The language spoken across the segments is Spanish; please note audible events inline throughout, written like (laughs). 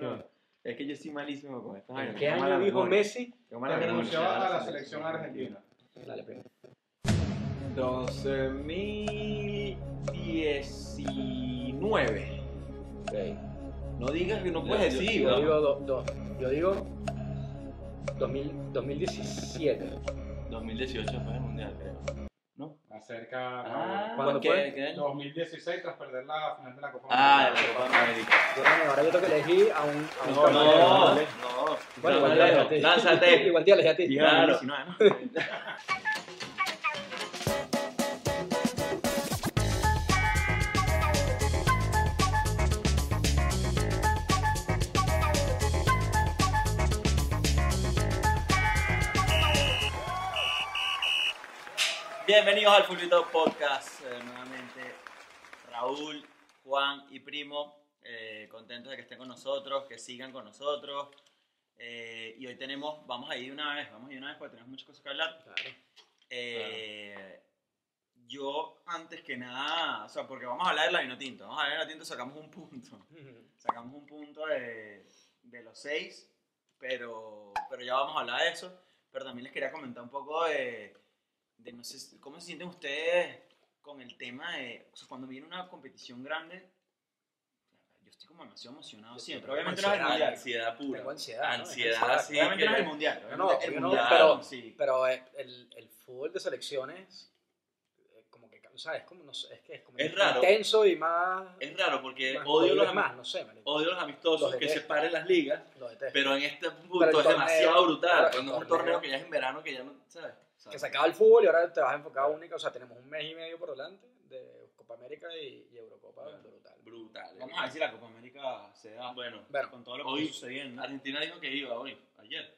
no. Es que yo soy malísimo con estas ¿En vainas. qué Tengo año mala dijo memoria. Messi Tengo que mala memoria. renunciaba a la selección argentina? Dale, pues. pero. 2019. Ok. No digas que no Yo- puedes yo- decir, Yo, ¿no? digo. do- do- yo digo 2000 2017. 2018 fue el mundial, creo. ¿No? Acerca. ¿cuándo Ah, ¿qué- fue? qué no, año? 2016 tras perder la final de la Copa Ah, Mundial. la Copa América. Yo, bueno, ahora yo tengo que elegir a un. A un No, no, no. campeón. Bueno, Lánzate, igual te elegí a ti. (laughs) Lánzate. Igual te elegí a ti. Claro. Bienvenidos al Fulvito Podcast. eh, nuevamente Raúl, Juan y Primo. eh, contentos de que estén con nosotros, que sigan con nosotros. Eh, y hoy tenemos, vamos a ir de una vez, vamos a ir de una vez porque tenemos muchas cosas que hablar. Claro. Eh, Yo, antes que nada, o sea, porque vamos a hablar de la vino tinto. Vamos a hablar de la tinto, sacamos un punto. Sacamos un punto de, de los seis, pero, pero ya vamos a hablar de eso. Pero también les quería comentar un poco de, de no sé, si- ¿cómo se sienten ustedes con el tema de, o sea, cuando viene una competición grande? Yo estoy como demasiado emocionado siempre. Obviamente no es el emocionado, mundial. Ansiedad pura. Tengo ansiedad. ¿no? Ansiedad, Ansiedad. sí. Obviamente no es el que- mundial. No, no, obviamente el yo no, mundial, pero- sí. Pero eh, el, el fútbol de selecciones, eh, como que, o sea, es como, no sé, es que es como Es más raro. intenso y más. Es raro porque más odio jodido, los, es más, no sé, marico, odio los amistosos Los que detesto. se paren las ligas, lo detesto. pero en este Pero punto el es torneo- demasiado brutal. claro, Cuando el es un torneo torneo- que ya es en verano, que ya no, ¿sabes? que ¿sabes? se acaba el fútbol y ahora te vas enfocado única, o sea, tenemos un mes y medio por delante de Copa América y, y Eurocopa Bueno. brutal. Brutal. eh. Vamos a ver si la Copa América se da. Bueno, Bueno, con todo lo que hoy está sucediendo. Argentina dijo que iba hoy, ayer.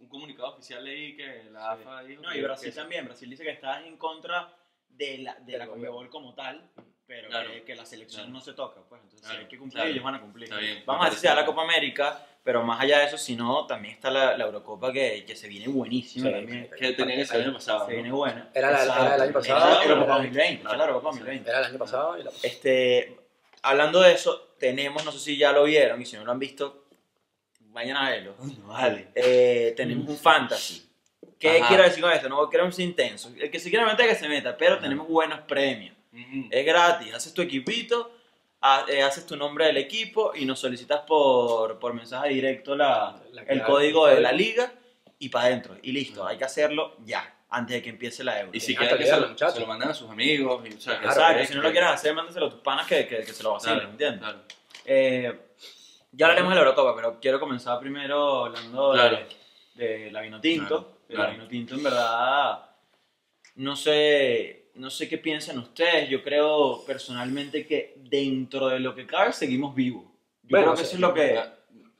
Un comunicado oficial leí que la Sí. AFA dijo No, que y Brasil que se- también. Brasil dice que está en contra de la, de Del la gobierno. Conmebol como tal, pero Claro. que, que la selección Claro. no se toca. Pues entonces Claro, hay que cumplir claro. y ellos van a cumplir. Está bien, Vamos me a ver si se da la parece. Copa América, pero más allá de eso, si no, también está la, la Eurocopa que, que se viene buenísima Sí, también. sí, Que tenía que ser el año pasado. Se ¿no? viene buena. Era la- Exacto. era el año pasado, Era la Eurocopa era- 2020. Era la Eurocopa Exacto. 2020. Era el año pasado y la Este, hablando de eso, tenemos, no sé si ya lo vieron y si no lo han visto, vayan a verlo. Vale. Eh, tenemos un fantasy. ¿Qué Ajá. quiero decir con esto? No queremos intenso. El que se quiera meter, que se meta, pero Ajá. tenemos buenos premios. Mm. Es gratis. Haces tu equipito, ha- eh, haces tu nombre del equipo y nos solicitas por, por mensaje directo la, La Ah, el clave, código el de la código. liga y para adentro. Y listo, Ajá. hay que hacerlo ya, antes de que empiece la euro. Y si Ah, quieren que todavía se los lo, muchachos. se lo manden a sus amigos. Y, o sea, Claro, que Exacto, saben si no que- lo quieres hacer, mándaselo a tus panas que, que, que se lo vacilen, Claro, ¿entiendes? claro. Eh, ya hablaremos de la Eurocopa, pero quiero comenzar primero hablando Claro. de, de la Vinotinto. Claro, De La claro. Vinotinto, en verdad, no sé, no sé qué piensan ustedes. Yo creo personalmente que dentro de lo que cabe seguimos vivos. Yo Bueno, creo que sí, eso es lo que...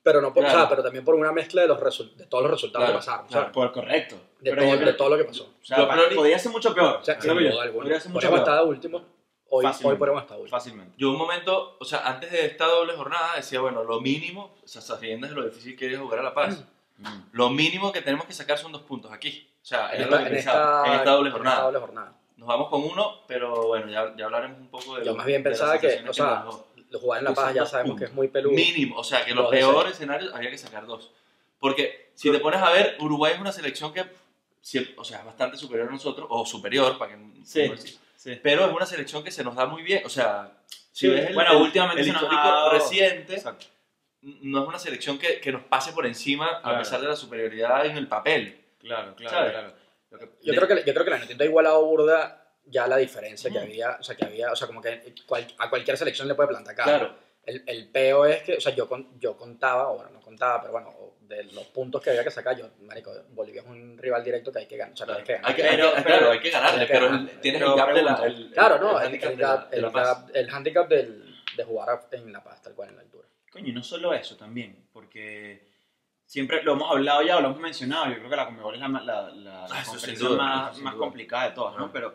Pero no por, o sea, Claro. pero también por una mezcla de los resul- de todos los resultados Claro, que pasaron, o sea, Claro, por correcto. de, Pero todo, yo de creo- todo lo que pasó. o sea, Yo pa- creo que- podría ser mucho peor. O sea, sin creo yo. duda alguna. Podría ser mucho Podríamos peor. estar último, hoy, hoy Fácilmente. podríamos estar último. Fácilmente. Yo un momento, o sea, antes de esta doble jornada decía, bueno, lo mínimo, o sea, sabiendo de lo difícil que es jugar a La Paz, Mm. lo mínimo que tenemos que sacar son dos puntos aquí. O sea, En era esta, lo que en pensaba, esta- en esta doble en jornada. doble jornada. Nos vamos con uno, pero bueno, ya, ya hablaremos un poco de Yo lo- más bien de las pensaba que, o sensaciones sea, nos dejó. los jugadores en La Son Paz ya dos sabemos que puntos. es muy peludo. mínimo, o sea, que los Dos de peores escenarios había que sacar dos. Porque si te pones a ver, Uruguay es una selección que, sie- o sea, es bastante superior a nosotros, o superior, para que... Sí, sí. Pero es una selección que se nos da muy bien, o sea... Si Sí, ves el- bueno, el- últimamente el se nos ha histórico dado- reciente, Exacto. no es una selección que, que nos pase por encima Claro. a pesar de la superioridad en el papel. Claro, ¿Sabes? Lo que- Yo De- creo que yo creo que la Argentina ha igualado burda ya la diferencia que había, o sea, que había, o sea, como que cual- a cualquier selección le puede plantar cara. Claro, El, el peo es que, o sea, yo con- yo contaba, o bueno, no contaba, pero bueno, o de los puntos que había que sacar, yo, marico, Bolivia es un rival directo que hay que ganar, o sea, claro. que hay que ganar. Hay, que, Pero- hay que- pero- claro, hay que ganarle, hay que pero ganarle. el- tienes Pero el gap de la... pregunto. el- Claro, no, el, handicap el de la- gap- de la el paz. gap- el handicap del, de jugar a- en La Paz, tal cual en la altura. Coño, y no solo eso también, porque siempre lo hemos hablado ya, o lo hemos mencionado, yo creo que la Conmebol es la, ma- la, la- la Ah, eso conferencia sin duda, eso más, sin más duda. complicada de todas, ¿no? Ah. Pero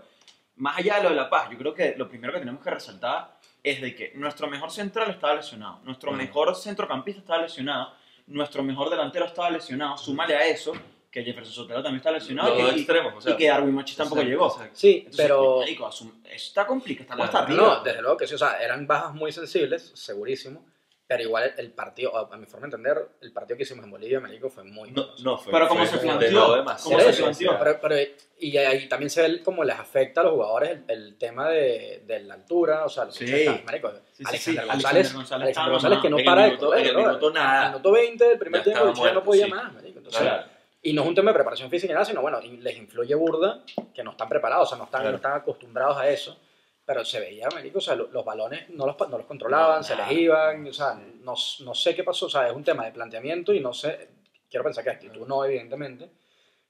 más allá de lo de La Paz, yo creo que lo primero que tenemos que resaltar es de que nuestro mejor central estaba lesionado, nuestro Ah. mejor centrocampista estaba lesionado, nuestro mejor delantero estaba lesionado, súmale a eso que Jefferson Sotelo también está lesionado Los dos y, y- extremos, o sea. y que Darwin Machis tampoco Exacto, llegó. exacto. Sí, Entonces, pues, pero... marico, asum- eso está complicado, está Claro. cuesta No, arriba. No, desde luego que sí, o sea, eran bajas muy sensibles, segurísimo, Pero igual el, el partido, a a mi forma de entender, el partido que hicimos en Bolivia, marico, fue muy No, malo. no fue. Pero cómo como se planteó planteó, cómo se Sí, planteó. Pero, pero- y ahí también se ve cómo les afecta a los jugadores el, el tema de, de la altura, o sea, los Sí. muchachos, marico, sí, Alexander sí. González, Alexander González Alexander estaba González que no para de En correr, el brother. minuto nada. Minuto 20 del primer Ya tiempo, el estaba Chile no muerto, podía sí. más, marico. Entonces, Claro. Y no es un tema de preparación física ni nada, sino bueno, y les influye burda que no están preparados, o sea, no están, Claro. no están acostumbrados a eso. Pero se veía, marico, o sea, lo- los balones no los, pa- no los controlaban, No, se nada. les iban, o sea, no, no sé qué pasó, o sea, es un tema de planteamiento y no sé, quiero pensar que actitud no, evidentemente,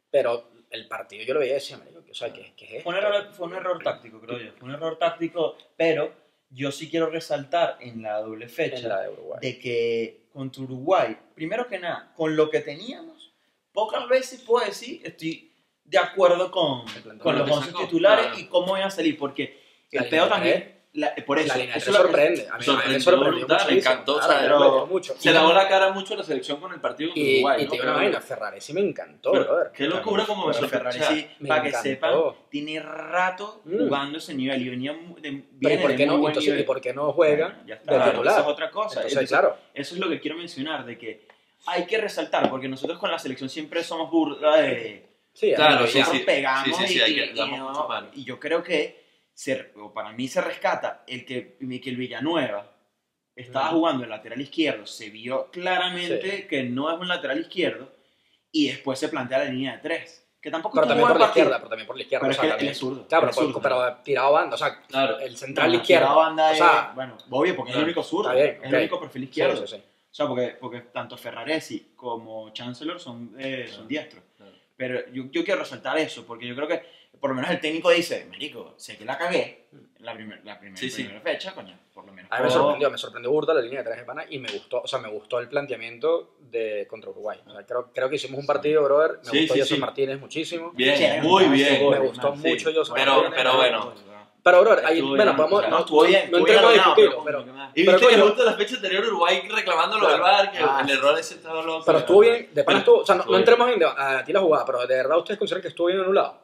pero el partido yo lo veía y decía, marico, que, o sea, ¿qué, qué es esto? Fue un, error, fue un error táctico, creo yo. Fue un error táctico, pero yo sí quiero resaltar en la doble en fecha la de Uruguay. de que contra Uruguay, primero que nada, con lo que teníamos, pocas veces puedo decir estoy de acuerdo con, planteamiento con los que 11 sacó, titulares claro. y cómo iban a salir, porque La el línea de tres. peor también, la- por eso, la línea eso eso es lo que- sorprende, a mí, a mí me sorprendió sorprendió brutal, me muchísimo, encantó, o claro, sea, me pero- gustó mucho. Se lavó la cara mucho la selección con el partido con Y, Uruguay. y te ¿no? digo una Pero- vaina, Ferrari sí me encantó, pero brother. Qué locura como me Pero Ferrari, sorprendió. sí, me para que encantó. sepan, tiene rato Mm. jugando ese nivel y venía mu- de, Pero ¿y viene por de qué muy no, buen entonces, nivel. ¿y por qué no juega? Bueno, ya de está, claro, titular? esa es otra cosa. Entonces, Entonces, claro, Eso es lo que quiero mencionar, de que hay que resaltar, porque nosotros con la selección siempre somos burda de... sí, Claro, además, sí, ya. nosotros pegamos Sí, sí, sí, y, hay que- y damos no- mucho palo. y yo creo que se- o para mí se rescata el que, que el Villanueva estaba Ujú. jugando el lateral izquierdo, se vio claramente que no es un lateral izquierdo y después se plantea la línea de tres, que tampoco Pero tuvo también buen por la partido, izquierda, pero también por la izquierda. pero o es sea, que él también- es zurdo. Claro, él es pero, zurdo. pero tirado banda, o sea, Claro. el No, central la izquierdo. izquierda banda o sea, es- bueno, obvio, porque es el claro. único zurdo, Está bien, es ok. el único perfil sí, izquierdo. sí, sí. O sea, porque, porque tanto Ferraresi como Chancellor son, eh, son diestros. Claro. Pero yo, yo quiero resaltar eso, porque yo creo que por lo menos el técnico dice, marico, sé que la cagué la, primer- la primer- Sí, sí. primera fecha, coño, por lo menos. A mí me puedo- sorprendió, me sorprendió burda la línea de tres de pana y me gustó, o sea, me gustó el planteamiento de contra Uruguay. O sea, creo, creo que hicimos un partido, brother, me Sí, gustó sí, José sí. Martínez muchísimo. Bien, Sí, es muy un bien. gol, me gustó hermano, mucho sí. José Pero- Martínez. pero bueno. Pero, brother, ahí, Estuvo bueno, bien, podemos, o sea, no, estuvo bien, no estuvo entremos a bien ordenado, discutirlo, pero pero, como que- Y Pero, viste que coño- justo la fecha anterior Uruguay reclamándolo Claro. al bar, que Ah, el error ese estaba loco. pero estuvo bien, de Pero pana estuvo, o sea, no, estuvo no bien. entremos en deba- a ti la jugada, pero de verdad ustedes consideran que estuvo bien anulado.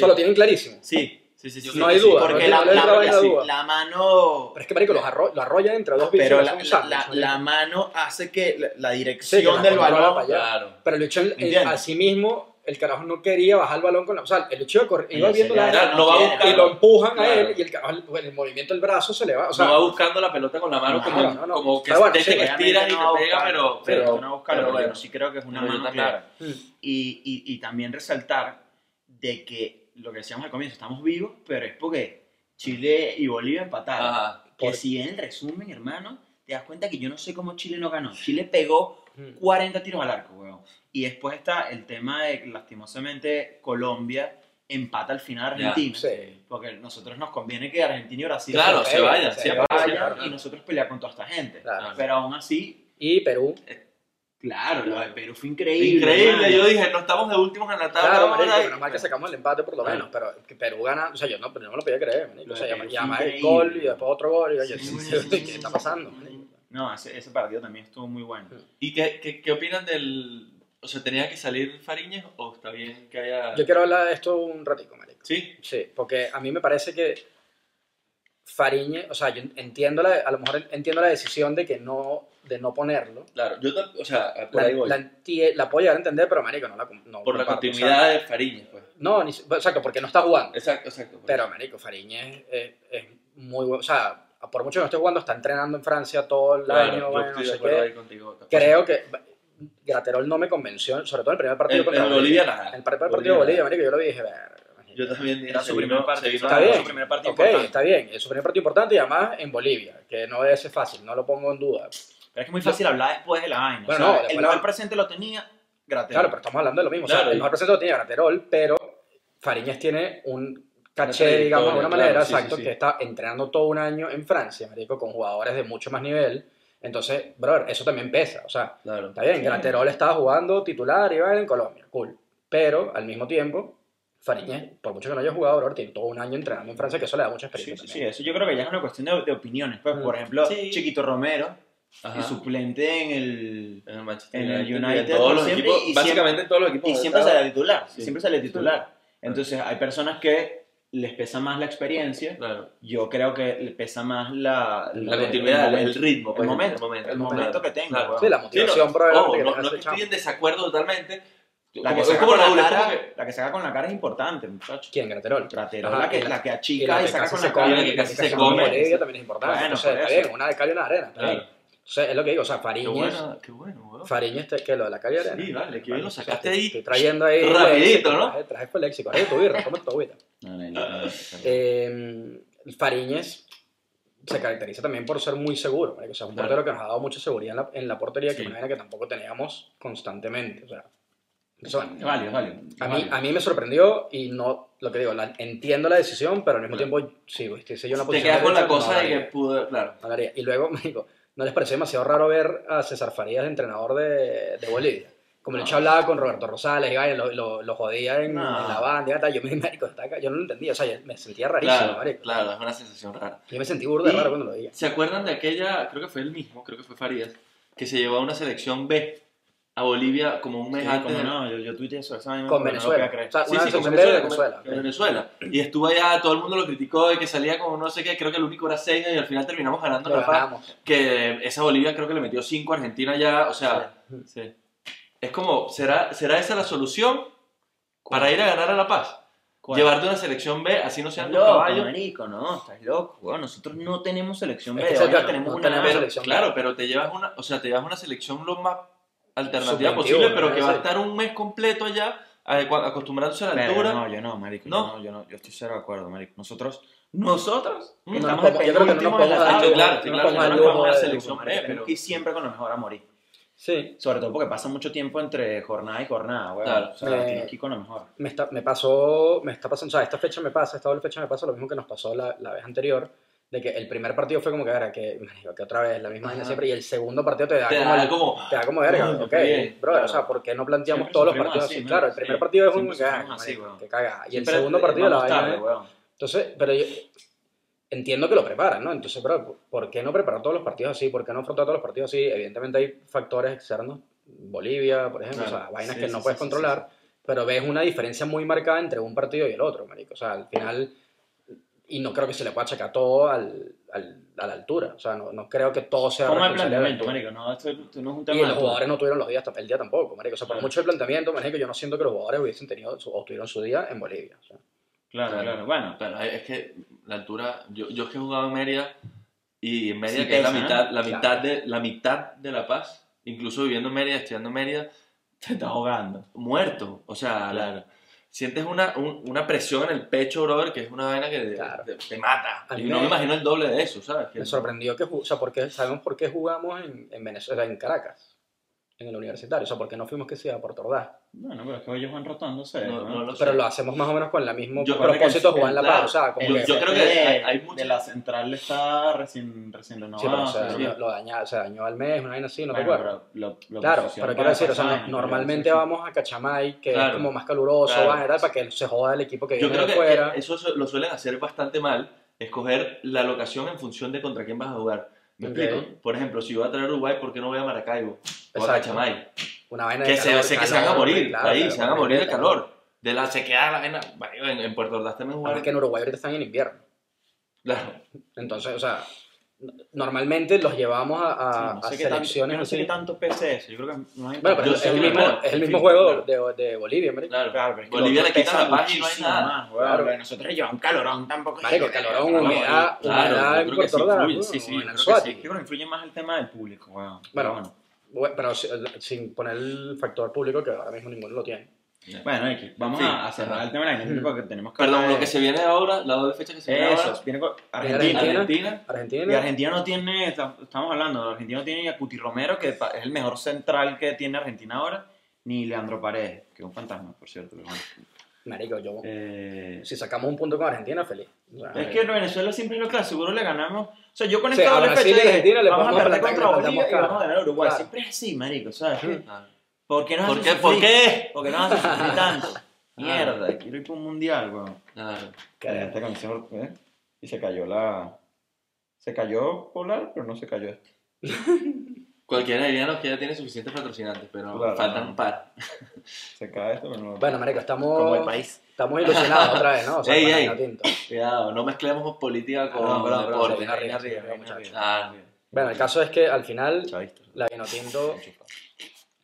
O sea, lo tienen clarísimo. Sí, sí, sí. sí, No sí, hay sí, duda, Porque Porque la, la, no hay la- duda, no hay la- duda. la mano... Pero es que, marico, los arro- lo arrolla entre dos bichos. Pero y la, hace un la- sándwich, la- marico. la mano hace que la, la Sí, que la dirección del controla balón... para allá. Claro. Pero el hecho, el- el- ¿Entiendes? a sí mismo, el carajo no quería bajar el balón con la. O sea, el hecho iba, cor- iba Coño, viendo la. sería- Claro, no va a quiere, buscar- Y lo empujan a Claro. él y el carajo, el, el movimiento del brazo se le va. O sea, no va buscando la pelota con la mano como, Claro, no, no. como que Pero bueno, te- sí, te estiras y no va a te pega, buscar, pero, pero, pero, no va a buscarlo, pero pero bueno. sí creo que es una Pero mano está clara. Mm. Y, y, y también resaltar de que lo que decíamos al comienzo, estamos vivos, pero es porque Chile y Bolivia empataron. Ajá. Que Por- si en el resumen, hermano, te das cuenta que yo no sé cómo Chile no ganó. Chile pegó Mm. 40 tiros al arco, weón. Y después está el tema de que lastimosamente Colombia empata al final a Ya, Argentina. sí. Porque nosotros nos conviene que Argentina y Brasil Claro, se se vayan, se sí, vayan, aparte, vayan claro. y nosotros pelear con toda esta gente. Claro. Pero aún así, Y Perú. claro, lo de Perú fue increíble. Increíble, hermano. yo dije, no estamos de últimos en la tabla. Claro, ahora, marico, y- menos mal que sacamos el empate por lo Claro. menos. Pero que Perú gana. O sea, yo no, pero no me lo podía creer, marico. Lo O sea, de llama- Perú llama fue el gol y increíble. después otro gol. Y yo, Sí, yo, sí, yo, (laughs) sí, ¿qué sí, está sí, pasando? sí. marico? No, ese, ese partido también estuvo muy bueno. ¿Y qué, qué, qué opinan del.? O sea, ¿tenía que salir Fariñez o está bien que haya.? Yo quiero hablar de esto un ratico, marico. Sí, Sí, porque a mí me parece que Fariñe, o sea, yo entiendo la, a lo mejor entiendo la decisión de que no, de no ponerlo. claro. Yo, tam- o sea, por La, ahí voy. la enti- la puedo llegar a entender, pero marico, no la com- no por la comparto, o sea, continuidad de Fariñez, pues. no, ni, exacto, porque no está jugando. Exacto, exacto. por Pero eso. marico, Fariñe es, es muy bueno, o sea, por mucho que no esté jugando, está entrenando en Francia todo el Claro, año, yo bueno, no estoy de sé acuerdo qué. ahí contigo. Creo que Graterol no me convenció, sobre todo el primer partido En, contra en Bolivia nada. El primer partido de Bolivia, Bolivia. marico, yo lo vi y dije, "Verga, marico". Yo también dije, Era su se primer vino- se partido. vino Está a- bien. Su primer partido Ok, importante. está bien. Es un primer partido importante y además en Bolivia, que no es fácil, no lo pongo en duda. Pero es que es muy fácil hablar después de la vaina. Bueno, o no, sea, después el la- mejor presente lo tenía gratis. Claro, pero estamos hablando de lo mismo. o Claro. sea, el mejor presente lo tiene Graterol, pero Fariñez tiene un caché, Una digamos, de alguna trayectoria, manera, claro, sí, exacto, sí, sí. que está entrenando todo un año en Francia, marico, con jugadores de mucho más nivel. Entonces, brother, eso también pesa. O sea, Claro. está bien, Graterol estaba jugando titular y va en Colombia, cool. Pero, al mismo tiempo, Fariñez, por mucho que no haya jugado, brother, tiene todo un año entrenando en Francia, que eso le da mucha Sí, experiencia sí, sí, también. eso yo creo que ya es una cuestión de, de opiniones. Pues, Mm. por ejemplo, Sí. Chiquito Romero, Ajá. el suplente en el. En el Manchester en el y en United, todos los siempre- equipos, y básicamente en todos los equipos. Y siempre estaba- sale titular. Sí. Siempre sale titular. Entonces, hay personas que les pesa más la experiencia. Claro. Yo creo que les pesa más la, La continuidad, el, momento. ritmo. pues, El momento, El momento, el momento que tengo. Claro. weón. Sí, la Sí, motivación no, probablemente ojo, que no, tenga no ese estoy chamo. en desacuerdo totalmente. La Como- que, es saca como con la Raúl, es como cara, que- la que saca con la cara es importante, muchachos. ¿Quién? Graterol. Tratero, Ajá, la, que, y la- la que Y achica la y, que saca casi con se la come, cara. y la que la que casi casi se se come. Bolivia también es importante. Bueno, o sea, por está eso. bien, una de Cali y una de arena. Está bien. Claro. O sea, es lo que digo, o sea, Qué Fariñez, bueno, qué bueno, weón. Fariñez, este, que lo de la calle arena. Sí, vale, que bien lo o sea, sacaste estoy- ahí. Estoy trayendo ahí. Rapidito, léxico, ¿no? Traje, traje el léxico. Ahí tu birra, toma tu agüita. (laughs) No, no, no, no, no. Eh, Fariñez se caracteriza también por ser muy seguro. marico. O sea, es un Claro. portero que nos ha dado mucha seguridad en la, en la portería, que Sí. me imagino que tampoco teníamos constantemente. O sea, eso, Es válido, es válido. a, mí, a mí me sorprendió y no, lo que digo, la- entiendo la decisión, pero al mismo Claro. tiempo, sí, güey, estoy yo en la Te posición. quedas de con la Richard, no cosa de que hablaría, pudo, claro. no hablaría. Y luego, me digo, ¿no les pareció demasiado raro ver a César Farías, de entrenador de, de Bolivia? Como el hecho hablaba con Roberto Rosales, y, vaina, lo, lo, lo jodía en, No. en la banda, y tal. yo me marico, está acá, yo no lo entendía, o sea, yo me sentía rarísimo, Claro, marico. claro, es una sensación rara. Yo me sentí burda de Y- raro cuando lo veía. ¿Se acuerdan de aquella, creo que fue el mismo, creo que fue Farías, que se llevó a una selección B a Bolivia como un mes Sí, antes cómo de- no, yo, yo tuiteé eso. esa vaina, Con pero no lo Venezuela. podía creer. o sea, Sí, una sí, con selección B de Venezuela, Venezuela. con Venezuela. Y estuvo allá, todo el mundo lo criticó y que salía como no sé qué, creo que el único era 6 y al final terminamos ganando Lo la paz. ganamos. Que esa Bolivia creo que le metió 5 a Argentina ya, o sea, sí. es como, ¿será, ¿será esa la solución para ir a ganar a La Paz? ¿Cuál? Llevarte una selección B, así no sean Estás los loco, caballos. marico, no, estás loco. weón. nosotros no tenemos selección Es B, que weón, claro, tenemos no una tenemos pero- selección. Claro, pero te llevas una, o sea, te llevas una selección lo más alternativa Sub-21, posible, pero que ¿no? va a Sí. estar un mes completo allá adecu- acostumbrándose a la Pero altura. No, yo no, marico. ¿No? Yo no, yo no, yo estoy cero de acuerdo, marico. Nosotros, nosotros, No, estamos no, yo creo que no nos penúltimos en la podemos Ah, dar tabla, lujo, weón. yo, claro, sí, no claro, nos podemos no nos dar vamos a la lujo de- selección B, Tenemos pero que ir siempre con los mejores a morir. Sí. Sobre todo porque pasa mucho tiempo entre jornada y jornada, weón. Claro. o sea, Eh, tienes que ir con lo mejor. Me, está, me pasó, me está pasando, o sea, esta fecha me pasa, esta doble fecha me pasa lo mismo que nos pasó la, la vez anterior, de que el primer partido fue como que, verga, que, marico, que otra vez, la misma vaina Ajá. siempre, y el segundo partido te da, te como, da el- como te da como verga, Coño, ok, qué bien, brother, claro. o sea, ¿por qué no planteamos Siempre todos los sufrimos partidos así, así? ¿no? Claro, el Sí, primer partido es un, siempre ah, sufrimos así, marico, weón. que caga, y el Siempre segundo partido la vamos vaina tarde, es- weón. Entonces, pero yo entiendo que lo preparan, ¿no? Entonces, pero ¿por qué no preparar todos los partidos así? ¿Por qué no afrontar todos los partidos así? Evidentemente hay factores externos, Bolivia, por ejemplo, Claro, o sea, vainas sí, que sí, no sí, puedes sí, controlar, pero ves una diferencia muy marcada entre un partido y el otro, marico. O sea, al final, y no creo que se le pueda achacar todo al, al- a la altura, o sea, no, no creo que todo sea ¿Cómo es el responsabilidad de la planteamiento, altura. marico? No, esto esto no es un tema Y de los altura. jugadores no tuvieron los días, tam- el día tampoco, marico. O sea, por Claro. mucho el planteamiento, marico, yo no siento que los jugadores hubiesen tenido su- o tuvieron su día en Bolivia. o sea. Claro, claro. Bueno, Pero es que la altura, yo, yo es que he jugado en Mérida y en Mérida Sí, que es la pesa, ¿no? mitad, la mitad Claro. de la mitad de La Paz, incluso viviendo en Mérida, estudiando en Mérida, te estás ahogando. muerto, o sea, la- Claro. sientes una, un- una presión en el pecho, brother, que es una vaina que te, Claro. te- te mata. A Y mí no me- me imagino el doble de eso, ¿sabes? Que- Me sorprendió que, ju- o sea, porque sabemos por qué jugamos en, en Venezuela, en Caracas, en el universitario, o sea, porque no fuimos que sea a Puerto Ordaz, Bueno, pero es que ellos van rotándose. no, no lo sé. pero lo hacemos más o menos con la mismo Yo creo que propósito de el- jugar en La claro, Paz, o sea, como yo- que yo creo que hay- hay mucha- De la central está recién, recién sí, pero, o renovado. sea, sí. lo, lo daña- o sea, dañó al mes, una vaina así, no Bueno, te acuerdo. pero lo- lo Claro, posicionan pero quiero para decir, o sea, pasar, no- ¿no? normalmente Pero- vamos a Cachamay, que es Claro. como más caluroso, Claro. vaina, para que se joda el equipo que Yo viene creo de que afuera. que eso su- lo suelen hacer bastante mal, escoger la locación en función de contra quién vas a jugar. ¿Me Ok. explico? Por ejemplo, si voy a traer a Uruguay, ¿por qué no voy a Maracaibo? O a Exacto. Cachamay. Una vaina de Que se, calor, sé que se van a calor, morir claro, ahí, claro, se van a morir de claro. calor. De la sequedad, la vaina. En, en Puerto Ordaz también Además jugar. que en Uruguay ahorita están en invierno. Claro. Entonces, o sea, normalmente los llevamos a, Sí, a- no a sé qué tanto- selecciones yo no sé así. qué tanto pese eso. Yo creo que no hay- Bueno, pero Yo es, sé el que- mismo, bueno, es el en mismo fin, juego claro. de, de Bolivia, marico. Claro. Claro, pero es que Bolivia lo le otro quita pesa la paz y no hay muchísimo nada. más, weón. Claro. Lo de Nosotros llevamos calorón tampoco. es Marico, que- calorón, no, humedad, claro, humedad yo en creo que Puerto sí Ordaz, influye, ¿no? sí, sí, O en yo creo que Anzoática. Yo creo que influye más el tema del público, weón. Bueno. Pero bueno. Bueno, pero si- sin poner el factor público, que ahora mismo ninguno lo tiene. Bueno, X, vamos Sí. a a cerrar el tema de la gente Mm. porque tenemos que. Perdón, hablar lo que de- se viene ahora, la doble fecha que se viene Eso, ahora. viene con Argentina. Argentina. Argentina. Y Argentina, Argentina no tiene, está- estamos hablando, Argentina no tiene a Cuti Romero, que pa- es el mejor central que tiene Argentina ahora, ni Leandro Paredes, que es un fantasma, por cierto. pero bueno. marico, yo... Eh, Si sacamos un punto con Argentina, feliz. O sea, es que Venezuela siempre es lo que seguro le ganamos. O sea, yo con Sí, esta a doble Brasil fecha y dije, Argentina le vamos a vamos a perder plantar- contra le Bolivia y plantamos vamos a ganar a Uruguay. cara. Siempre es así, marico, ¿sabes? Sí. Claro. ¿Por qué nos ¿Por hacen qué? ¿Por sufrir? qué? Porque nos hacen (laughs) sufrir tanto. Ah. Mierda, quiero ir para un mundial, weón. Claro. Eh, esta canción, ¿eh? Y se cayó la... Se cayó Polar, pero no se cayó esta. Cualquiera diría no, que ya tiene suficientes patrocinantes, pero Claro, faltan no. un par. Se cae esto, pero no... Bueno, marico, estamos... Como el país. Estamos ilusionados otra vez, ¿no? O sea, Ey, con la ey. vino tinto. Cuidado, no mezclemos política con No, no, no, deporte. reina arriba, arriba, reina muchachos. arriba. Ah, Bueno, el caso es que al final chavista. la vino tinto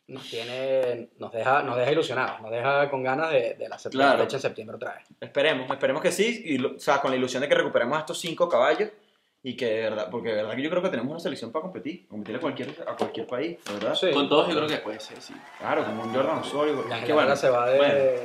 nos tiene, nos deja, nos deja ilusionados, nos deja con ganas de, de la sep- Claro. fecha en septiembre otra vez. Esperemos, esperemos que sí, y, lo- o sea, con la ilusión de que recuperemos a estos cinco caballos y que de verdad, porque de verdad que yo creo que tenemos una selección para competir, competirle a cualquier, a cualquier país, de ¿verdad? Sí. Con todos yo creo que puede ser, sí. Claro, como un Jordan Osorio, Ya es que que bueno, se va de, bueno. de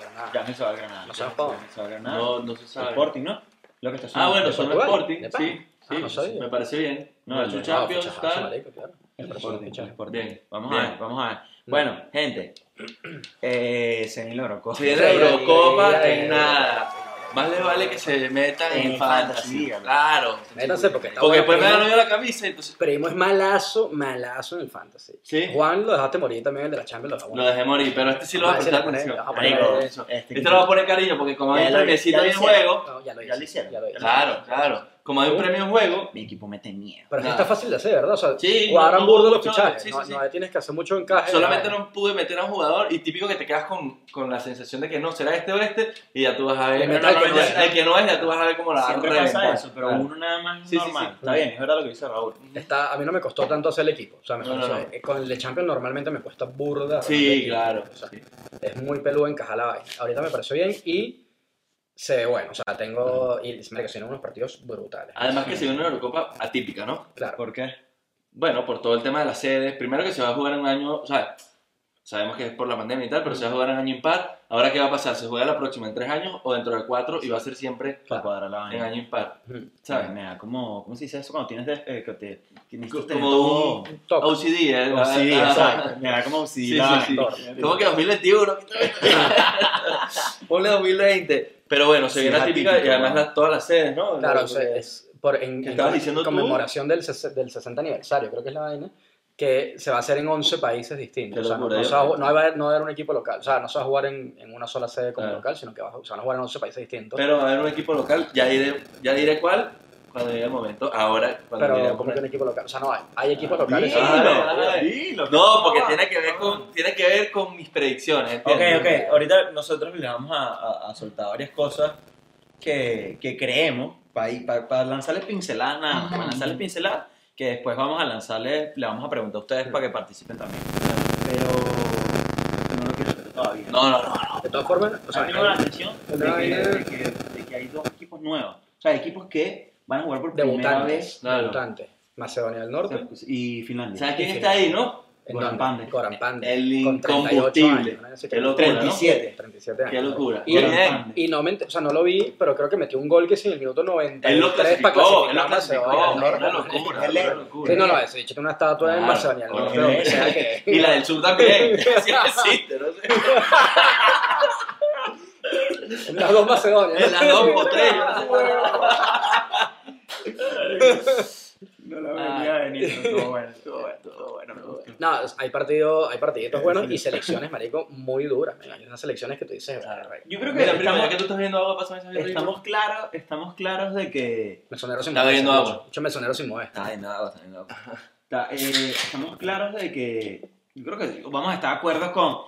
Granada. ya se va a Granada. No ya sabes se para va- se va a Granada. No, no se sabe. Sporting, ¿no? Lo que está Ah, haciendo. bueno, son Portugal, Sporting, de pan. sí. Ah, sí, no sabía. Me parece bien. No, No, el no, no, Champions, fichajazo, tal. marico, claro. El Pero Sporting, fichaje. el Sporting. Bien, Vamos a bien. ver, vamos a ver. Bueno, gente, eh, se me logró Si es la Eurocopa, en nada. Más le vale que se metan en, En fantasy. fantasy, Claro. Métanse porque está Porque después bueno. me gano yo la camisa, entonces. Primo es malazo, malazo en el fantasy. Sí. Juan lo dejaste morir también, el de la Champions lo dejaste Lo dejé morir, pero este sí lo va a Vamos a prestar decirle, atención. vamos a Marico, ponerle eso. este Este lo va a poner cariño porque como Ya hay un lo- premiecito ya lo en hicieron. juego. No, ya lo hice. Ya lo hicieron. Ya lo hice. Claro, claro. Como hay un Sí. premio en juego. Mi equipo mete miedo. Pero es que Nada. está fácil de hacer, ¿verdad? O sea, Sí, cuadran no, burdo los mucho, fichajes. sí, no, sí, no sí. tienes que hacer mucho encaje. Solamente no pude meter a un jugador y típico que te quedas con, con la sensación de que no, será este o este y ya tú vas a ver. Y Pero metal que normalmente no es. el que no es, ya tú vas a ver cómo la vas a Siempre pasa reventar. eso, pero Claro. uno nada más es Sí, sí, normal. sí. Está bien, es verdad lo que dice Raúl. Está, a mí no me costó tanto hacer el equipo. O sea, me No, no, costó- con el de Champions normalmente me cuesta burda. hacer el Sí, equipo. claro. O sea, sí. Es muy peludo encajar la vaina. Ahorita me pareció bien y se ve bueno. O sea, tengo. Y me que unos partidos brutales. Además que se viene una Eurocopa atípica, ¿no? Claro. ¿Por qué? Bueno, por todo el tema de las sedes. Primero que se va a jugar en un año, o sea, sabemos que es por la pandemia y tal, pero se va a jugar en año impar. Ahora, ¿qué va a pasar? ¿Se juega la próxima en tres años o dentro de cuatro? Y va a ser siempre Para cuadrar la en vaina. año impar, ¿sabes? Me da como, ¿cómo se dice eso cuando tienes de- eh, que te, tienes que Como tener un- todo- Top. OCD, ¿eh? Como sí, Ah, exacto. Me da como si Sí, la- sí, sí. ¿Cómo que 2021? Ponle 2020. Pero bueno, se Sí, viene es atípica atípico, y además ¿no? las, todas las sedes, ¿no? Claro, Lo- o sea, es por, en, ¿Qué en estabas diciendo tú? conmemoración del, ses- del 60 aniversario, creo que es la vaina, que se va a hacer en 11 países distintos. Qué O sea, no, locura, no yo se va a creo. ju- no va a haber, no va a haber un equipo local, o sea, no se va a jugar en, en una sola sede como Claro. local, sino que va a- se van a jugar en 11 países distintos. Pero, Pero va a haber un equipo local, ya diré, ya diré cuál cuando llegue el momento. Ahora, cuando llegue el como que momento. un equipo local, o sea, no hay, hay equipos Ah, locales. dilo, sí. Ah, vale. dilo. No, porque tiene que ver Ah. con, tiene que ver con mis predicciones. Ok, ¿entiendes? ok. Ahorita nosotros le vamos a, a- a soltar varias cosas que, que creemos para lanzarles pinceladas nada más, para lanzarles pinceladas que después vamos a lanzarles, le vamos a preguntar a ustedes para que participen también. Pero no lo quiero hacer todavía. No, no, no. De todas formas, o sea, a mí me llama la atención de una que, vaina- de que- de que hay dos equipos nuevos. O sea, equipos que van a jugar por primera debutantes, vez. pues, Claro. debutantes, Macedonia del Norte, Y Finlandia. ¿Sabes quién está ahí, no? ¿en Goran dónde? Pandev. Goran Pandev, El con 38 incombustible. años, ¿no? Así que- Qué locura, ¿no? 37. 37 años. Qué locura. Y- Bien. Y no me, ent- o sea, no lo vi, pero creo que metió un gol que sí en el minuto 90. Él lo clasificó, él lo clasificó. Macedonia, Una ¿no? locura, Él es- una Sí, locura. no, no, ese bicho tiene una estatua en Claro, Macedonia, del con Norte, él. donde sea que- (laughs) Y la del sur también. Sí existe, no sé. (laughs) Las dos Macedonias. Las dos botellas. (laughs) No la venía venir, pero bueno. (laughs) Estuvo bueno, estuvo bueno, me gustó. (laughs) No, hay partidos, hay partiditos buenos y selecciones, marico, muy duras. man. Hay unas selecciones que tú dices, Yo creo que Mira, primo, estamos, ya que tú estás viendo agua, pásame esa birra. estamos claros, estamos claros de que mesonero sin Está mover. bebiendo mucho- agua. Ah. Mucho mesonero sin mover. Está bien, nada, está bien, nada. Ta- eh, estamos claros de que yo creo que vamos a estar de acuerdo con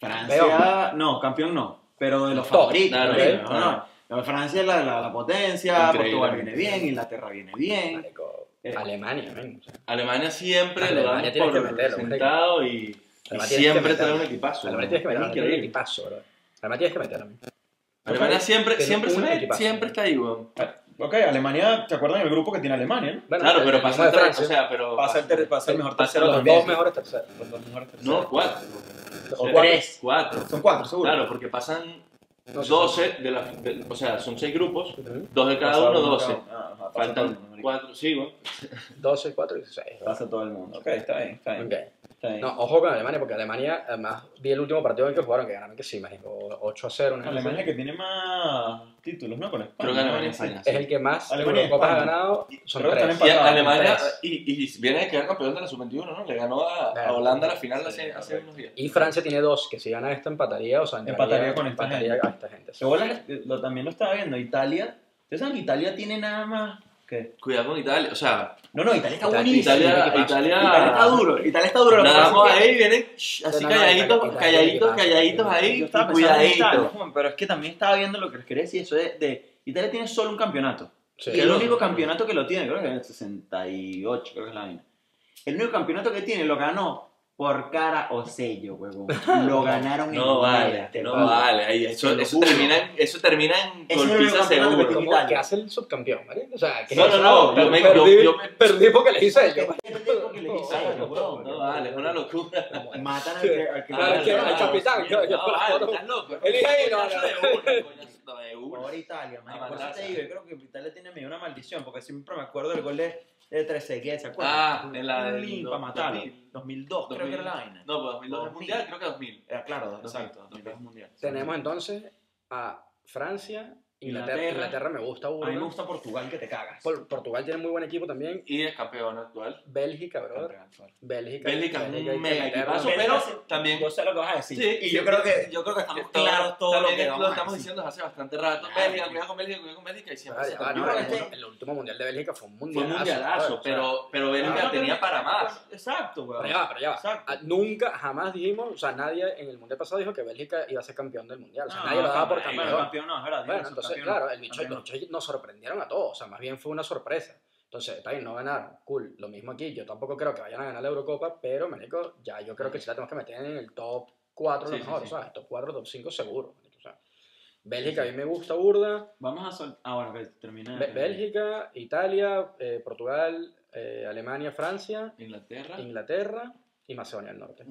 Francia, Campeón. no, campeón no, pero de los Top, favoritos. claro, ¿no? claro. No, no, la Francia es la, la, la potencia, Increíble. Portugal viene bien, Inglaterra viene bien. Marico, Eh. Alemania, man. o sea, Alemania siempre Alemania tiene lo que damos por meterlo, hombre. sentado y, y Alemania tiene que siempre meterlo. trae un equipazo. Alemania tienes que meter, Alemania tiene un Es increíble. equipazo, bro. Alemania tienes que meterlo. man. Alemania siempre, Tiene siempre, un se ve, equipazo. siempre está ahí, weón. Ok, Alemania, ¿te acuerdan del grupo que tiene Alemania? no? Bueno, Claro, el- pero el mismo pasa de el tres, Francia, o sea, pero... Pasa el, ter- pasa el mejor Pasa tercero los también. dos mejores terceros. Los dos mejores terceros. No, cuatro. O Sí. cuatro. Tres. Cuatro. Son cuatro, seguro. Claro, porque pasan No sé. 12 de las... de- O sea, son seis grupos, Ujú. dos de cada uno, 12. Ah, ajá, pasa todo el mundo, Faltan marico. cuatro, sí, weón. 12, 4 y 16. Pasa todo el mundo. Ok, está bien, está bien. Está bien. No, ojo con Alemania, porque Alemania, además, vi el último partido en el que jugaron, que ganaron que sí, marico, 8 a 0. una Alemania que tiene más títulos, ¿no? Con España. Creo que Alemania es es el que más Alemania y Eurocopas ha España. ganado. Son Creo que tres. están Y Pasaron Alemania, tres. y, y viene de quedar campeón de la sub-21, ¿no? Le ganó a, a Claro. Holanda la final hace, Sí, hace unos días. Y Francia tiene dos, que si gana esta empataría, o sea, entraría- Empataría con esta empataría gente. a esta gente. sí. Igual, eh, lo- también lo estaba viendo. Italia. Italia, ustedes saben que Italia tiene nada más ¿Qué? Cuidado con Italia. O sea, No, no, Italia está Italia- buenísimo. ¿qué Italia, pasa? Italia, Italia está duro. Italia está duro. lo que pasa Nadamos es que- ahí, vienen shh, No, así no, no, calladitos, Italia- Italia- calladitos, Italia- calladitos Italia- ahí, Yo y estaba pensando en Italia, cuidadito. joven, pero es que también estaba viendo lo que les quería decir. Eso de, de- Italia tiene solo un campeonato. Sí. Y el único campeonato que lo tiene, creo que en el 68, creo que es la vaina. El único campeonato que tiene lo ganó por cara o sello, (laughs) huevón. Lo ganaron en No Italia. vale, no vale. ahí Te eso, lo eso, juro. termina, en- eso termina en Ese es el golpiza único campeonato que seguro. tengo. ¿Cómo Italia. que hace el subcampeón? marico? O sea, ¿qué No, es no, eso? no, yo me- perdí, yo- yo me- perdí porque le hice (laughs) yo. porque le hice yo, huevón. No vale, es una locura. Matan al que, Ah, al que Claro, al que- que- al capitán, yo- yo- No, vale, estás loco. Él dijo ahí, no, no. De una, coñazo de una. Ahora Italia, man. Ah, Por eso te Italia. digo, yo creo que Italia tiene medio una maldición, porque siempre me acuerdo del gol de, de Trezeguet, ¿se acuerdan? Ah, en la del Lin, do- para matarlo. 2000. 2002, creo que era la vaina. No, pues 2002 es mundial, creo que 2000. Era claro, exacto, exacto, 2002 es mundial. Tenemos entonces a Francia, Inglaterra. Inglaterra. Inglaterra me gusta A mí me uno. gusta Portugal que te cagas. Portugal tiene muy buen equipo también. Y es campeón actual. Bélgica, brother. Yo Bélgica. Bélgica es un Inglaterra. mega equipazo, Bélgica Ah, pero también sé lo que vas a decir. Sí, y sí, yo creo que yo creo que que estamos todo- claros todo lo también que es- vamos a estamos decir. diciendo desde hace bastante rato. Claro. Bélgica, cuidado con Bélgica, cuidado con Bélgica y siempre Ah, se ya, termina. no, creo que el, este- el último mundial de Bélgica fue un Fue mundialazo. un mundialazo, brother. pero, pero Bélgica Claro. tenía para más. Exacto, Pero weón. ya va, pero ya va. Exacto. Ah, Nunca, jamás dijimos, o sea, nadie en el mundial pasado dijo que Bélgica iba a ser campeón del mundial. O sea, Pues nadie lo daba por bueno, campeón. campeón no, es verdad, Bueno, son entonces, campeones. claro, el bicho, Campeón. los bichos nos sorprendieron a todos, o sea, más bien fue una sorpresa. Entonces, está bien, no ganaron, cool. Lo mismo aquí, yo tampoco creo que vayan a ganar la Eurocopa, pero, marico, ya yo creo que sí la tenemos que meter en el top 4 a lo Sí, sí, mejor, sí. ¿sabes? Top 4, top 5 seguro. marico, o sea. Bélgica, a mí me gusta burda. Vamos a soltar. Ah, bueno, que termina. Be- Bélgica, Italia, eh, Portugal, eh, Alemania, Francia, Inglaterra. Inglaterra y Macedonia del (laughs) Norte.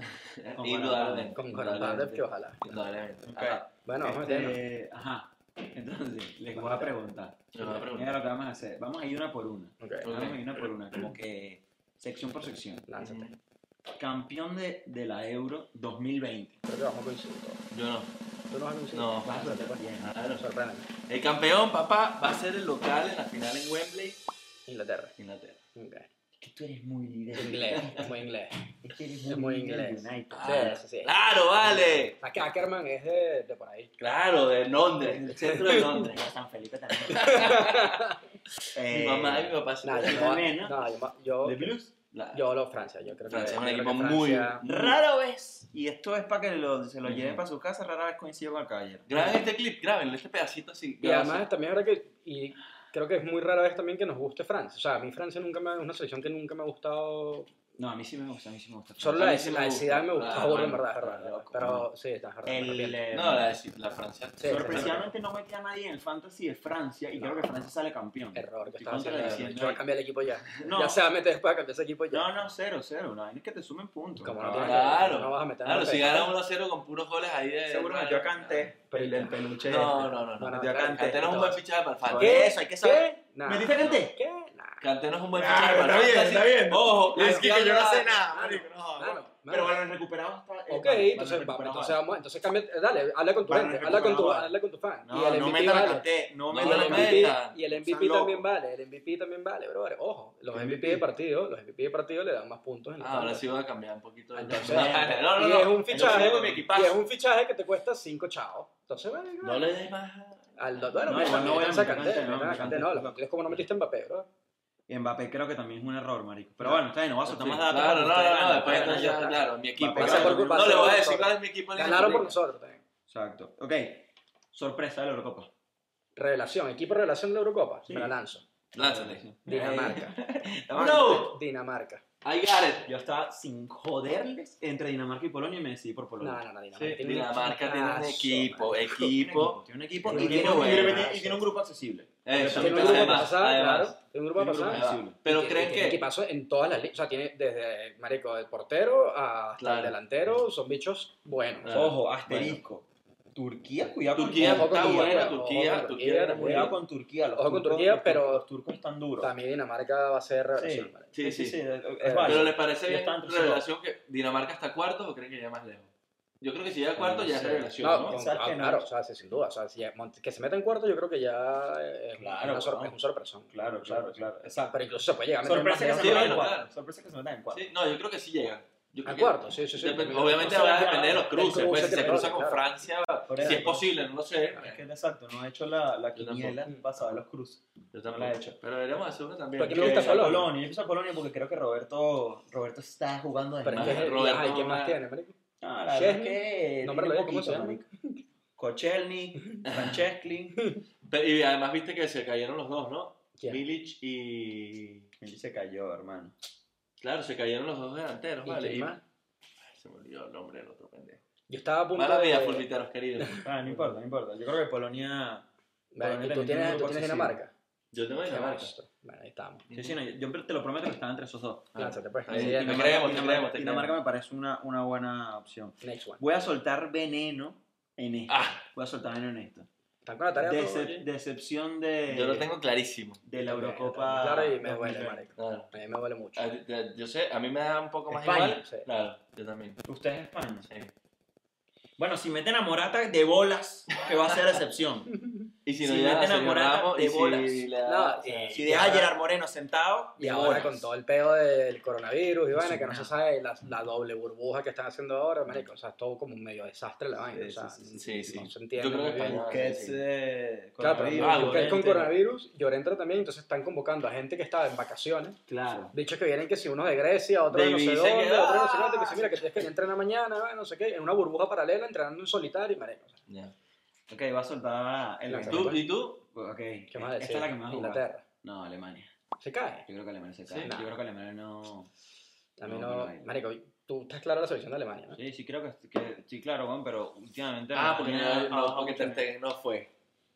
Con Indudablemente. Con Goran Pandev, que ojalá. Indudablemente. Ok. Ajá. Bueno, vamos a meternos. Este, Ajá. Entonces, les voy a preguntar. Te voy a Mira preguntar. lo que vamos a hacer. Vamos a ir una por una. Ok, Vamos a ir una por una, como que sección por sección. lánzate. Campeón de, de la Euro 2020. Creo que vamos a coincidir todos. Yo no. ¿Tú no vas a coincidir? No, Ah, pero te puedes- Claro. Sorpréndeme. El campeón, papá, va a ser el local en la final en Wembley, Inglaterra. Inglaterra. Ok. Es que tú eres muy Inglés, es muy inglés. Es que eres Es muy inglés. United. Ah, sí, sí. Claro, vale. Acá Ackerman es de, de por ahí. Claro, de Londres, del centro de (laughs) Londres. San Felipe también. Mi mamá y mi papá se No, yo, también, no, yo, ¿De yo, Blues? La- yo lo Francia. Yo creo que Francia es un yo creo equipo que muy- Francia- Rara vez, y esto es para que lo- se lo lleven Ujú. para su casa, rara vez coincido con el caballero. Graben este clip, graben este pedacito así. Y además también ahora que... Y creo que es muy rara vez también que nos guste Francia. O sea, a mí Francia nunca me, es una selección que nunca me ha gustado. No, a mí sí me gusta, a mí sí me gusta. Solo la A mí de sí la me de gusta. Zidane me Ah, gusta burda, en bueno, verdad, es verdad. loco, pero sí, está verdad. El, eh, No, la, de- la Francia. Sí, Sorpresivamente no metía a nadie en el fantasy de Francia y No. creo que Francia sale campeón. Error que Estoy estaba haciendo. contradiciendo Yo voy ahí. a cambiar el equipo ya. No, Ya se va a meter después a cambiar ese equipo ya. no, no, cero, cero. La vaina es que te sumen puntos. Como no, caballo. tienes- Claro. no vas a meter a Claro, si Mbappé. gana 1-0 con puros goles ahí de. Seguro que yo canté el, el peluche. este. No, no, no. no. Bueno, yo claro, canté. Canté no es un buen fichaje para el fan. ¿Qué? Eso, hay que saber. ¿Qué? Nah. ¿Me dice gente? ¿Qué? Nah. Canté no es un buen Ah, fichaje para el está bien, Fantasy. está bien. Ojo, Es que, que yo no sé nada. nada, marico, no, Claro, Ah, bueno. no. Pero bueno, recuperado está. eh, Ok, bueno, entonces bueno, vamos, recuperado entonces vamos, entonces cambia, eh, dale, habla con tu Vale, gente, no habla con tu, recuperamos. habla con tu fan. No, no me la canté, no me No, la no canté. MVP, meta. y el Sean MVP locos. también vale, el MVP también vale, brother. Ojo, los MVP, de MVP. partido, los MVP de partido le dan más puntos en el Ah, ahora sí voy a cambiar un poquito de Entonces, (laughs) No, no, y no. es un Yo fichaje, sigo con mi y equipazo. es un fichaje que te cuesta 5 chavos. Entonces, bueno, No le des más. al bueno, No, mira, igual no voy a mira, meter Kanté, Kanté, no, mira, me Kanté, Kanté. no, lo que tienes como no metiste en Mbappé, bro. Y Mbappé creo que también es un error, marico. Pero No. bueno, está bien, no voy a soltar más datos. Claro, porque no, ustedes no, no. ganan, Después ustedes ganan, entonces, ya, ya está. claro, mi equipo. Va a ser por culpa No le voy a de decir nosotros. cuál es mi equipo. en esta Ganaron por liga. nosotros también. Exacto. Ok. Sorpresa de la Eurocopa. Revelación, equipo de revelación de la Eurocopa, Sí. Eh. me la lanzo. Lánzate. (laughs) Dinamarca, No. Dinamarca. I got it. Yo estaba sin joderles entre Dinamarca y Polonia y me decidí por No, Polonia. no, no, Dinamarca. tiene un Ah, Dinamarca tiene un equipazo, Tiene un equipo, equipo, equipo. tiene un equipo Tiene y un tiene equipo un- buenazo. y tiene un grupo accesible. Eso, Tiene un Tiene un grupo grupo para además, pasar, además. claro. Tiene un grupo para Tiene un pasar. grupo accesible. Pero Y creen tiene que. equipazo en todas las ligas. O sea, tiene desde, marico, del portero hasta Claro. el delantero. Son bichos buenos. Claro. Ojo, asterisco. Turquía, cuidado con Turquía Ojo con está Turquía, buena, ojo Turquía, con Turquía Turquía, era cuidado muy Cuidado buena. con Turquía. los Ojo con turcos- Turquía, los pero- turcos- Los turcos están duros. También Dinamarca va a ser revelación. Sí. marico. Sí, sí, es Pero válido. le parece Ya bien está la en tercero. revelación que Dinamarca está cuarto o creen que llega más lejos. Yo creo que si llega cuarto ya es Sí. revelación, No, ¿no? con- sabes ah, que no. claro, o sea, sí, sin duda. O sea, si ya- Mont- que se meta en cuarto, yo creo que ya es, Claro, una sor- ¿no? es un sorpresón. Claro, claro, claro. Exacto. Pero incluso se puede llegar a meter Sorpresa que más se Sí, lejos. metan en bueno, cuarto. claro. Sorpresa que se metan en cuarto. Sí, no, yo creo que sí llega. Yo creo A que- cuarto, sí, sí, sí. Dep- Porque- obviamente no se va a va a depender de los el cruces. cruce Pues si que se le cruza toque, con claro. Francia, Corea Si del es posible, no lo sé. Sur. Es que exacto, no he hecho la, la Yo quiniela tampoco. para saber los cruces. Yo No la he hecho. Pero deberíamos hacer una también. Porque que- me gusta Yo empiezo a Colombia. Colonia, yo empiezo a Colonia porque creo que Roberto, Roberto está jugando de Pero es más. que, es- Roberto, ajá, ¿y ¿quién mamá. más tiene, marico? Ah, la verdad es Chesney, que... nómbralo tiene ya, ¿cómo se llama, poquito, ¿no? (laughs) Kochelny, Francescli, Pero- Y además viste que se cayeron los dos, ¿no? ¿Quién? Milic y... Él se cayó, hermano. Claro, se cayeron los dos delanteros, ¿Y vale. quién y- más? Ay, se me olvidó el nombre del otro pendejo. Yo estaba a punto Mala vida, de- fulviteros queridos. Ah, no importa, no importa. Yo creo que Polonia... Vale, Bueno, ¿Tú tienes, yo también tú tengo tienes cosas Dinamarca? Yo tengo Dinamarca. monstruo. Bueno, ahí estamos. Sí, sí, no, yo, yo te lo prometo que estaba entre esos dos. Ah, Lánzate, pues. está bien. Sí, Te Dinamarca- creemos, te Dinamarca- creemos, te Dinamarca creemos. me parece una, una buena opción. Next one. Voy a soltar veneno en esto. Ah, Voy a soltar veneno en esto. ¿Están con la tarea? todos, Decep- oye? decepción de, yo lo tengo clarísimo. de la Eurocopa. Claro, y me 2020. duele, marico. Claro. A mí me duele mucho. A- de- Ah, Yo sé, a mí me da un poco más España, igual. sí. Claro, yo también. Usted es España. sí. Bueno, si meten a Morata de bolas, que va a (laughs) ser decepción. (laughs) Y si no Si ya meten a Sergio Morata, Ramos, de y si bolas. le da- No, o sea, eh, Si y deja a ahora- Gerard Moreno sentado, Y de ahora bolas. con todo el pedo del coronavirus y vaina, sí, que no se nada. sabe la, la doble burbuja que están haciendo ahora, marico, o sea, es todo como un medio desastre la vaina, Sí, o sea, sí, sí, sí, sí. no se entiende Yo muy creo que bien. España- Busquets, Sí. eh, Claro, pero Busquets coronavirus, con Llorente. coronavirus, Llorente también, entonces están convocando a gente que estaba en vacaciones, Claro. dicho que vienen que si uno de Grecia, otro de no David sé se dónde, quedó. otro de no sé dónde, que si mira que tienes que ir a entrenar mañana, va, no sé qué, en una burbuja paralela, entrenando en solitario, y marico, o sea, ya. Ok, va a soltar el Lanza. ¿Tú, ¿Y tú? Ok. ¿qué más Esta decir? es la que me va a jugar. Inglaterra, No, Alemania. se cae. Yo creo que Alemania se Sí, cae. no. Yo creo que Alemania no. A mí No, no, no, no. marico, tú estás claro de la selección de Alemania, ¿no? Sí, sí, creo que. que- sí, claro, weón, pero últimamente. Ah, porque, Alemania no, ha no, bajado porque Ter mucho. Stegen no fue.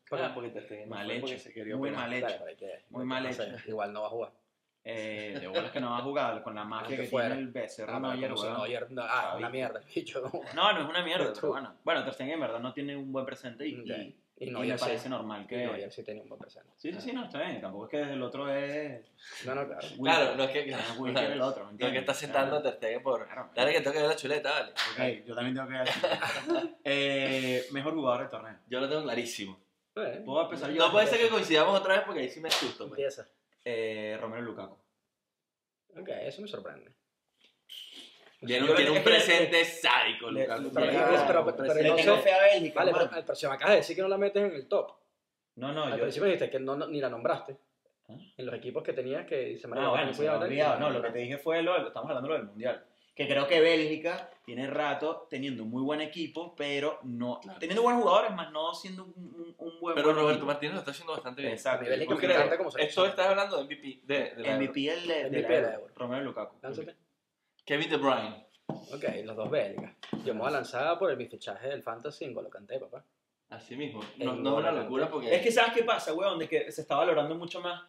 Porque- Ah, porque Ter Stegen no Mal fue, porque hecho. se quería Muy operar. mal Claro, hecho. pero hay que- Muy mal no sé, igual no va a jugar. Eh, de bolas que no va a jugar con la magia Aunque que fuera. tiene el Becerro Ah, no, Neuer, como si weón. Neuer no- ah, Ah, una ¿viste? mierda, (laughs) el bicho. No, no es una mierda, Pero pero tú- bueno. Bueno, Ter Stegen en verdad no tiene un buen presente y, Ya. y, Y y no, me ya parece sí. normal Y Neuer que... sí tenía un buen presente. Sí, sí, sí, no, está bien. Tampoco es que el otro es... No, no, claro. Claro, no es que. (laughs) Ah, Wilker el otro, No es ¿entiendes? que está sentando a Ter Stegen por. Claro. Dale que tengo que ver la chuleta, dale. Ok, yo también tengo que (laughs) decir. eh, mejor jugador del torneo. Yo lo tengo clarísimo. Eh, Puedo empezar yo. No puede ser que coincidamos otra vez porque ahí sí me asusto. pues. Empieza. Eh, Romero Lukaku. Ok, eso me sorprende. Tiene Yo un, lo tiene que- un presente sádico, Le- Lucas. le- Tiene pero- un pero- pero- presente- Le no tengo sé. fe a Bélgica, Vale, hermano. pero, pero si me acabas de decir que no la metes en el top. No, no, Al yo... principio dijiste que no, no- ni la nombraste. ¿Ah? En los equipos que tenías que se No, Ah, bueno, se me ha olvidado. No, lo que te dije fue lo, lo- estamos hablando de lo del Mundial. Que creo que Bélgica tiene rato teniendo un muy buen equipo, pero no... Claro. Teniendo buenos jugadores, más no siendo un, un- un buen Pero buen Roberto equipo. Martínez lo está haciendo bastante bien. Exacto. A nivel de Yo Yo me creo- creo- encanta cómo se Esto ve. estás hablando de MVP. De, de la- MVP el de, de MVP la de la Euro, Euro. Romero Lukaku. Lánzate. Kevin De Bruyne. Ok, los dos belgas. Yo me voy a lanzar por el mi fichaje del Fantasy en Golocante, papá. Así mismo. El No, no es una gol, locura ¿no? porque. Es que ¿sabes qué pasa, weón? De que se está valorando mucho más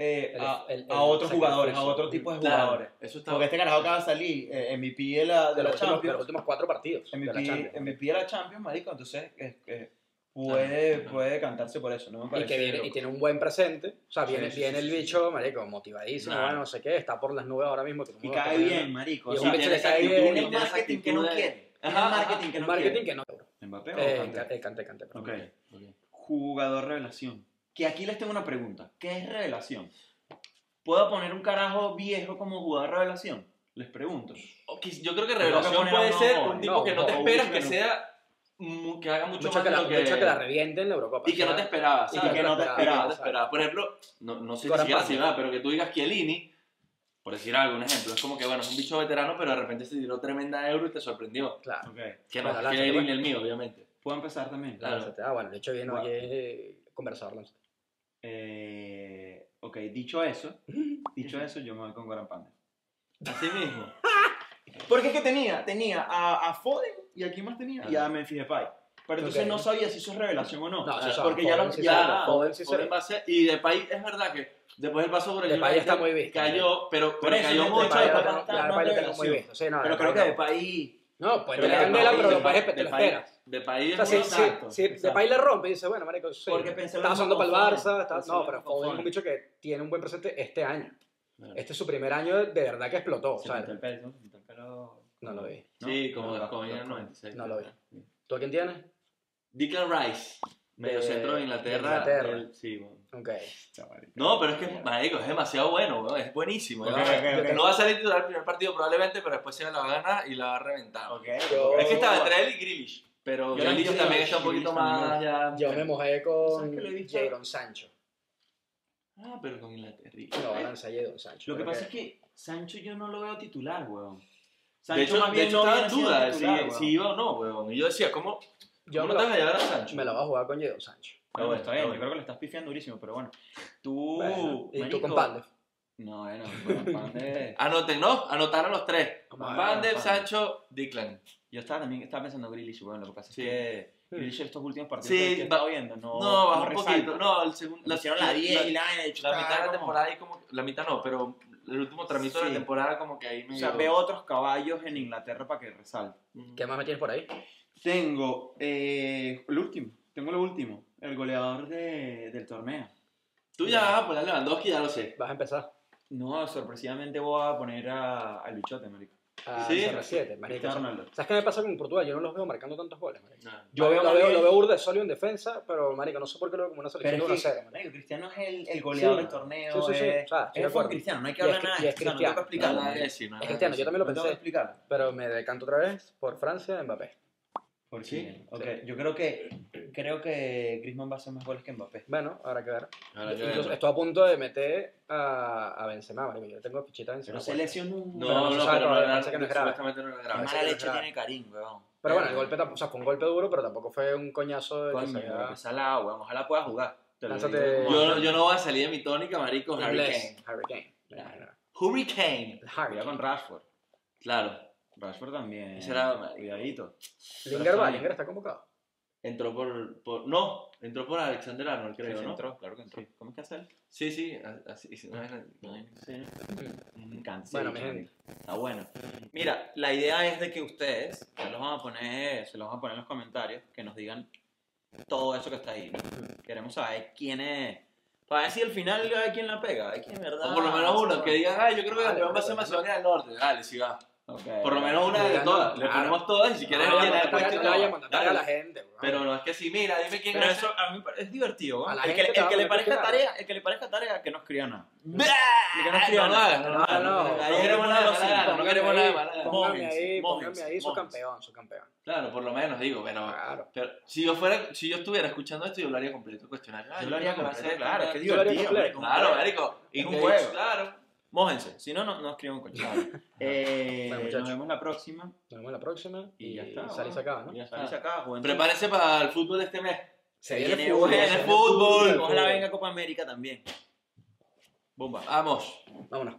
eh, El- a, el- el a otros sacrificio. jugadores, a otro tipo de Claro, jugadores. Eso está. Porque este carajo acaba de salir eh, MVP de la, de De la los, últimos, de los Champions. últimos cuatro partidos. de la Champions. MVP, MVP de la Champions, marico, entonces eh, eh, puede, puede cantarse por eso, ¿no? Me Ah, Y parece que viene, y loco. tiene un buen presente. O sea, Sí, viene, sí, viene sí, el sí, bicho, marico, motivadísimo, Claro. bueno, no sé qué, está por las nubes ahora mismo. Que todo el Y mundo cae está bien, viendo. marico. Y O es sea, un bicho tiene que esa cae actitud, bien. Tiene un tiene esa marketing que no actitud de- quiere. Tiene Ajá, un marketing que no Marketing quiere. que no. Mbappé Eh, o Kanté? el cante, cante. perdón. Ok. Ok. Jugador revelación. Que aquí les tengo una pregunta. ¿Qué es revelación? ¿Puedo poner un carajo viejo como jugador revelación? Les pregunto. O quiz- Yo creo que Pero revelación que poner puede a ser uno, un tipo no, que no, no, te un esperas que chico no. sea. mu- Que haga mucho Mucho más que, de la, lo que. mucho que la reviente en la Eurocopa. Y que no te esperabas. Y ¿sabes? que no te Que no esperabas. te esperabas. Por ejemplo, no, no sé si Goran siquiera Pandev. se va, pero que tú digas Chiellini, por decir algo, un ejemplo, es como que, bueno, es un bicho veterano, pero de repente se tiró tremenda euro y te sorprendió. Claro. Ok. Que no, Bueno, lánzate, Chiellini pues. el mío, obviamente. ¿Puedo empezar también? Claro. Lánzate. Ah, bueno, de hecho viene Guau. hoy eh, conversador. lánzate. Eh, ok, dicho eso, dicho eso, yo me voy con Goran Pandev. Así mismo. Porque es que tenía, tenía a, a Foden y a quién más tenía. Ajá. Y a Memphis Depay. Pero entonces Ok. no sabía si eso es revelación o no. No, o sea, eso porque sabe, ya lo- Foden sí ya- sabe, Foden sí Por el sabe. base, y Depay es verdad que después él pasó por el Depay United, está muy visto. Cayó, pero, Por pero eso, cayó Depay- mucho. Depay lo Depay no tengo- está- no Depay lo tengo muy es revelación. visto. Sí, no, Pero no, creo no. que Depay... No, pues Pero le dan Depay- vela, pero Depay- Depay es- te lo Depay- esperas. Depay O es sea, sí, muy- sí, exacto, sí, exacto. Depay le rompe y dice, bueno, marico, sí. Porque pensé lo Está mismo pasando con para el Barça, Foden, está- pensé lo no, mismo pero con Foden es un Foden. bicho que tiene un buen presente este año. Este es su primer año de de verdad que explotó. o Se sea, pintó el pelo, se pintó el pelo. No lo vi. Sí, como No, como en el no, 96. No lo vi. ¿Tú a quién tienes? Declan Rice, medio centro de Inglaterra. Inglaterra. Él- sí, bueno. Ok. Chaval. No, pero es que, marico, es demasiado bueno, weón, es buenísimo. Ok, ya va. ok, ok. No va a salir titular el primer partido probablemente, pero después se la va a ganar y la va a reventar. Ok. Yo- Es que estaba entre él y Grealish. Pero Yo la Dionisio vi, también yo está un vi poquito también. más ya. Yo me mojé ¿Sabes con que lo he visto? Jadon Sancho. Ah, pero con Inglaterra. No, lanza Jadon Sancho. Lo que creo pasa es que Sancho yo no lo veo titular, weón. De hecho, más de hecho no estaba viene en siendo duda de titular, si, weón. si iba o no, weón. Y yo decía, ¿cómo, yo ¿cómo me te lo, vas a llevar a (laughs) Sancho? me lo voy a jugar con Jadon Sancho. Ah, Bueno, bueno, está bien, ah, yo bueno. creo que lo estás pifiando durísimo, pero bueno. Tú. Bueno, y tú Uh, marico, con Pandev. No, bueno, con (laughs) Pandev. Anoten, ¿no? Anotaron los tres. Vale, Van der vale. Sancho, Declan. Yo estaba también estaba pensando en Grealish, bueno, lo que pasa Sí. es que Grealish en estos últimos partidos Sí, que que he estado va- viendo, no. No, bajó un poquito. No, el segundo. La hicieron la 10 y la han hecho. La mitad de la temporada y como que- la mitad no, pero el último tramito de Sí. la temporada como que ahí me O sea, veo otros caballos en Inglaterra para que resalte. ¿Qué más me tienes por ahí? Tengo eh, el último, tengo lo último, el goleador de, del torneo. Tú ya vas a poner a Lewandowski, ya lo sé. Vas a empezar. No, sorpresivamente voy a poner a, a Luchote, marico. A Sí. CR7, marico. Arnold. ¿Sabes qué me pasa con Portugal? Yo no los veo marcando tantos goles, marico. Yo Yo veo lo, más veo, bien- lo veo burda de sólido en defensa, pero marico, no sé por qué lo veo como una selección Pero de es 1 que- 0. marico. marico, Cristiano es el, el goleador Sí. del torneo. eh, Sí, sí, sí. es- O sea, estoy de es fan acuerdo. Cristiano, no hay que Y es hablar que- nada. y es de Cristiano, no tengo que Nada, explicar nada nada. que decir, Es nada que cristiano, yo decir. también lo No tengo que pensé. explicar. Pero me decanto otra vez por Francia, Mbappé. ¿Por Sí, qué? Ok, yo creo que creo que Griezmann va a hacer más goles que Mbappé. Bueno, habrá que ver. Ahora yo Incluso veo. estoy a punto de meter a, a Benzema, marico. Yo tengo fichita de Benzema. pues. Pero se lesionó un... No, pero no no, se no, sabe pero no todavía, era- parece que no es grave. supuestamente no era Qué grave. Parece mala que leche era- tiene Karim, weón. Pero bueno, el golpe, tampoco- o sea, fue un golpe duro, pero tampoco fue un coñazo de que Coño, se haya- weón, que salado, weón. Ojalá pueda jugar. Te lo Lánzate- digo. Yo, no- yo no voy a salir de mi tónica, marico, Un Harry bless. Kane. Harry Kane. Mira, mira. Hurricane. El Harry Cuidado con Kane. Rashford. Claro. Rashford también. Ese era- Cuidadito. Lingard va, Lingard está convocado. Entró por, por- No, entró por Alexander Arnold, Creo creo, que ¿no? entró, claro que entró. ¿Cómo es que hace él? Sí, sí. a- Así, sí, no, no, no. Me encanta. Bueno, mi Sí, gente. Está bueno. Mira, la idea es de que ustedes, ya los vamos a poner, se los vamos a poner en los comentarios, que nos digan todo eso que está ahí. ¿no? Queremos saber quién es. Para ver si al final a ver quién la pega, a ver quién es verdad. O por lo Ah, menos uno que diga, ay, yo creo que Dale, la peor va a dale, ser dale. Macedonia del Norte. Dale, sí va. Ok. Por lo menos una de Claro. todas. Le Claro. ponemos todas y si quieres No, alguien no, la no, después no, te- no, vaya a mandar dale. a la gente, weón. Pero no es que sí, mira, dime quién Pero gana. eso a mí me parece- es divertido. ¿no? A la El que, gente el te va a que le poner parezca cuidado. tarea, el que le parezca tarea, que no escriba nada. Y que no Ay, no escriba lo nada. hagas, no lo hagas. No, no. No queremos nada de mala gana, no queremos nada de mala Póngame gana. ahí, Moments, póngame ahí, su moments. campeón, su campeón. Claro, por lo menos digo, pero, Claro. pero si yo fuera, si yo estuviera escuchando esto, yo hablaría completo el cuestionario. Ah, Yo lo haría creo que va a completo, ser, claro, es que es Yo lo haría divertido. completo. marico. Claro, marico. Es y un de juego. hecho, Claro. Mójense, si no, no, no escriban con (laughs) chale. eh, Bueno, muchachos. nos vemos la próxima. Nos vemos la próxima Y ya está. salís bueno. acá, ¿no? Ya salís acá, juventud. Prepárese para el fútbol de este mes. Se Viene fútbol, buena, se el viene fútbol. Ojalá venga Copa América también. Bomba. Vamos. Vámonos.